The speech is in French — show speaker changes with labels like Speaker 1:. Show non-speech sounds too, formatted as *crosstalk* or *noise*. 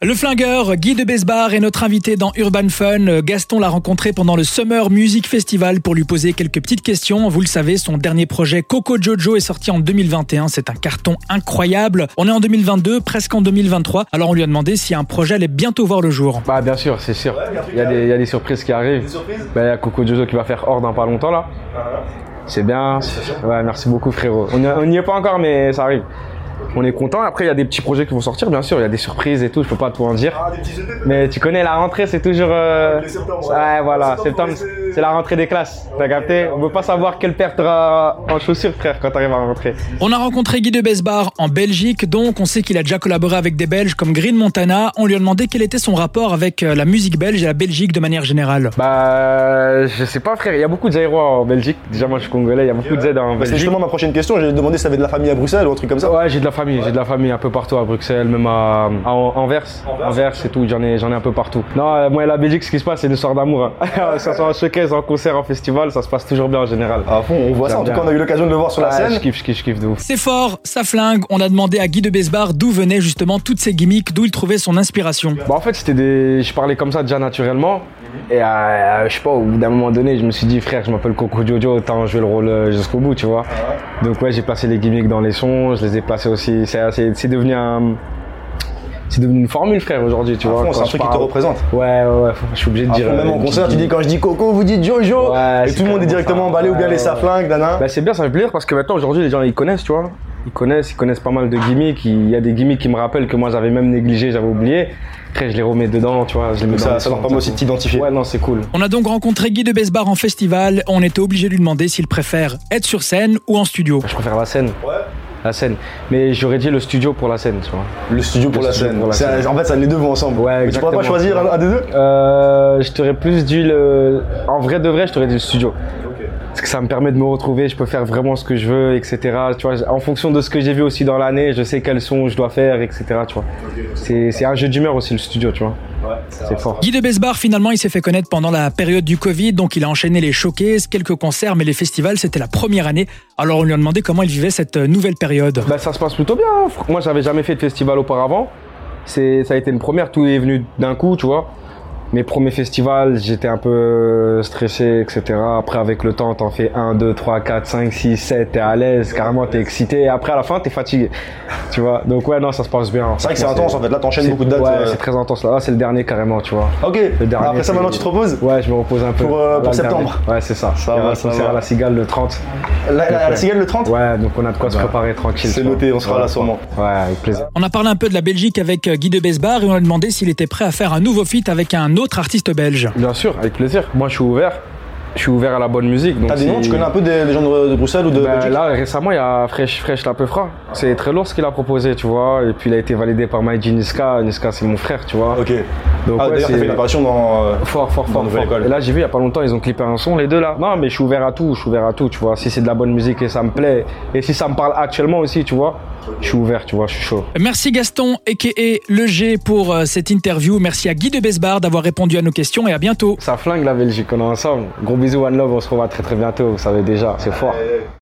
Speaker 1: Le flingueur Guy de Besbar est notre invité dans Urban Fun. Gaston l'a rencontré pendant le Summer Music Festival pour lui poser quelques petites questions. Vous le savez, son dernier projet Coco Jojo est sorti en 2021. C'est un carton incroyable. On est en 2022, presque en 2023. Alors on lui a demandé si un projet allait bientôt voir le jour.
Speaker 2: Bah bien sûr, c'est sûr.
Speaker 3: Ouais, y a un truc
Speaker 2: Il y, a
Speaker 3: qui
Speaker 2: des-
Speaker 3: arrive.
Speaker 2: il y a des surprises qui arrivent.
Speaker 3: Des surprises
Speaker 2: Bah, Il y a Coco Jojo qui va faire hors dans pas longtemps là.
Speaker 3: Ah,
Speaker 2: C'est bien. Ouais, merci beaucoup frérot. On y- on n'y est pas encore mais ça arrive. On est content. Après, il y a des petits projets qui vont sortir, bien sûr. Il y a des surprises et tout. Je peux pas tout en dire.
Speaker 3: Ah, des petits EP peut-être
Speaker 2: Mais tu connais la rentrée, c'est toujours. euh,
Speaker 3: Le septembre,
Speaker 2: Ouais, voilà.
Speaker 3: Le
Speaker 2: Septembre,
Speaker 3: pour laisser-
Speaker 2: c'est la rentrée des classes. T'as capté On peut pas savoir quelle paire t'auras en chaussures, frère, quand t'arrives à rentrer.
Speaker 1: On a rencontré Guy de Besbar en Belgique, donc on sait qu'il a déjà collaboré avec des Belges comme Green Montana. On lui a demandé quel était son rapport avec euh, la musique belge et la Belgique de manière générale.
Speaker 2: Bah, je sais pas, frère. Il y a beaucoup de Zaïrois en Belgique. Déjà, moi, je suis congolais. Il y a beaucoup de Z en
Speaker 3: Bah, c'est
Speaker 2: Belgique.
Speaker 3: justement ma prochaine question, j'ai demandé si t'avais de la famille à Bruxelles ou un truc comme ça.
Speaker 2: Ouais, j'ai de la famille, j'ai de la famille un peu partout à Bruxelles, même à, à An- Anvers,
Speaker 3: Anvers.
Speaker 2: Anvers et tout, j'en ai, j'en ai un peu partout. Non, euh, moi et la Belgique, ce qui se passe, c'est une histoire d'amour. hein. *laughs* ça soit en showcase, en concert, en festival, ça se passe toujours bien en général.
Speaker 3: À fond, on voit ça, en tout
Speaker 2: J'aime
Speaker 3: cas on a eu l'occasion de le voir Ah. sur la
Speaker 2: Ouais, Je
Speaker 3: scène.
Speaker 2: kiffe, je kiffe, je kiffe de ouf.
Speaker 1: C'est fort, ça flingue. On a demandé à Guy de Besbar d'où venaient justement toutes ces gimmicks, d'où il trouvait son inspiration.
Speaker 2: Bah, en fait, c'était des. Je parlais comme ça déjà naturellement.
Speaker 3: Mhm.
Speaker 2: Et euh, je sais pas, au bout d'un moment donné, je me suis dit, frère, je m'appelle Coco Jojo, autant jouer le rôle euh, jusqu'au bout, tu vois.
Speaker 3: Ah
Speaker 2: Donc, ouais, j'ai placé les gimmicks dans les sons, je les ai placés aussi. C'est euh, c'est- c'est devenu un. C'est devenu une formule, frère, aujourd'hui, tu
Speaker 3: À
Speaker 2: vois.
Speaker 3: fond, c'est
Speaker 2: quand
Speaker 3: un
Speaker 2: je
Speaker 3: truc qui te
Speaker 2: parle.
Speaker 3: représente.
Speaker 2: Ouais, ouais, ouais, faut- je suis obligé de
Speaker 3: À
Speaker 2: dire.
Speaker 3: fond,
Speaker 2: euh,
Speaker 3: Ah, même en
Speaker 2: Guigui.
Speaker 3: concert, tu dis quand je dis Coco, vous dites Jojo
Speaker 2: Ouais,
Speaker 3: Et
Speaker 2: c'est
Speaker 3: tout le monde est
Speaker 2: carrément
Speaker 3: directement
Speaker 2: ça.
Speaker 3: emballé ou bien
Speaker 2: Ouais,
Speaker 3: les
Speaker 2: ouais.
Speaker 3: saflingues, nana.
Speaker 2: Bah, c'est bien, ça fait plaisir parce que maintenant, aujourd'hui, les gens ils connaissent, tu vois. Ils connaissent, ils connaissent pas mal de gimmicks. Il y a des gimmicks qui me rappellent que moi j'avais même négligé, j'avais oublié. Après, je les remets dedans, tu vois. Je les mets
Speaker 3: Donc
Speaker 2: dans
Speaker 3: ça,
Speaker 2: le
Speaker 3: ça
Speaker 2: son,
Speaker 3: leur permet aussi de t'identifier.
Speaker 2: Ouais, non, c'est cool.
Speaker 1: On a donc rencontré Guy de Besbar en festival. On était obligé de lui demander s'il préfère être sur scène ou en studio.
Speaker 2: Je préfère la scène,
Speaker 3: Ouais.
Speaker 2: la scène. Mais j'aurais dit le studio pour la scène, tu vois.
Speaker 3: Le studio pour
Speaker 2: Le
Speaker 3: la
Speaker 2: studio
Speaker 3: scène.
Speaker 2: pour la
Speaker 3: C'est-
Speaker 2: scène.
Speaker 3: En fait, ça les deux vont ensemble.
Speaker 2: Ouais,
Speaker 3: Mais tu pourrais
Speaker 2: exactement.
Speaker 3: pas choisir un, un des deux
Speaker 2: Euh, je t'aurais plus dit le. En vrai de vrai, je t'aurais dit le studio. Parce que ça me permet de me retrouver, je peux faire vraiment ce que je veux, etc. Tu vois, en fonction de ce que j'ai vu aussi dans l'année, je sais quels sons je dois faire, etc. Tu vois. C'est c'est un jeu d'humeur aussi le studio, tu vois. C'est fort.
Speaker 1: Guy de Besbar, finalement, il s'est fait connaître pendant la période du Covid, donc il a enchaîné les showcases, quelques concerts, mais les festivals, c'était la première année. Alors on lui a demandé comment il vivait cette euh, nouvelle période.
Speaker 2: Bah, ça se passe plutôt bien. hein. Fr- Moi, j'avais jamais fait de festival auparavant. C'est, ça a été une première. Tout est venu d'un coup, tu vois. Mes premiers festivals, j'étais un peu euh, stressé, etc. Après, avec le temps, t'en fais 1, 2, 3, 4, 5, 6, 7, t'es à l'aise, carrément, t'es excité. Et après, à la fin, t'es fatigué. Tu vois. Donc, ouais, non, ça se passe bien.
Speaker 3: C'est vrai que c'est intense en fait, là t'enchaînes
Speaker 2: C'est-
Speaker 3: beaucoup de dates.
Speaker 2: Ouais,
Speaker 3: euh.
Speaker 2: c'est très intense. Là, Là, c'est le dernier carrément, tu vois.
Speaker 3: Ok,
Speaker 2: Le dernier,
Speaker 3: après ça
Speaker 2: c'est-
Speaker 3: maintenant tu te reposes
Speaker 2: Ouais, je me repose un peu.
Speaker 3: Pour, euh, pour
Speaker 2: Là, le
Speaker 3: septembre.
Speaker 2: dernier. Ouais, c'est ça.
Speaker 3: Ça
Speaker 2: Il y
Speaker 3: va,
Speaker 2: aura le
Speaker 3: ça
Speaker 2: concert
Speaker 3: va.
Speaker 2: à la cigale le 30.
Speaker 3: La, la- la
Speaker 2: Ouais.
Speaker 3: cigale le 30
Speaker 2: Ouais, donc on a de quoi se
Speaker 3: Bah,
Speaker 2: préparer tranquille.
Speaker 3: C'est
Speaker 2: tu vois.
Speaker 3: noté, on sera là sûrement.
Speaker 2: Ouais, avec plaisir.
Speaker 1: On a parlé un peu de la Belgique avec euh, Guy de Besbar et on lui a demandé s'il était prêt à faire un nouveau feat avec un autre artiste belge.
Speaker 2: Bien sûr, avec plaisir. Moi, je suis ouvert. Je suis ouvert à la bonne musique. donc
Speaker 3: T'as des
Speaker 2: si-
Speaker 3: noms Tu connais un peu des, des gens de, de Bruxelles ou de
Speaker 2: Bah,
Speaker 3: Belgique
Speaker 2: Là, récemment, il y a Fresh Fresh la Peufra. C'est très lourd ce qu'il a proposé, tu vois. Et puis, il a été validé par Maïdi Niska. Niska, c'est mon frère, tu vois.
Speaker 3: Ok.
Speaker 2: Donc,
Speaker 3: Ah,
Speaker 2: ouais,
Speaker 3: d'ailleurs,
Speaker 2: c'est
Speaker 3: t'as fait une apparition dans. euh,
Speaker 2: fort, fort,
Speaker 3: Dans
Speaker 2: fort.
Speaker 3: Nouvelle
Speaker 2: fort.
Speaker 3: École.
Speaker 2: Et là, j'ai vu, il y a pas longtemps, ils ont clippé un son, les deux là. Non, mais je suis ouvert à tout. Je suis ouvert à tout, tu vois. Si c'est de la bonne musique et ça me plaît. Et si ça me parle actuellement aussi, tu vois. Je suis ouvert, tu vois. Je suis chaud.
Speaker 1: Merci Gaston, a.k.a. Le G, pour euh, cette interview. Merci à Guy de Besbar d'avoir répondu à nos questions et à bientôt.
Speaker 2: Ça flingue la Belgique, on est ensemble. Gros bisous, One Love. On se revoit très, très bientôt. Vous savez déjà, c'est fort.
Speaker 3: euh,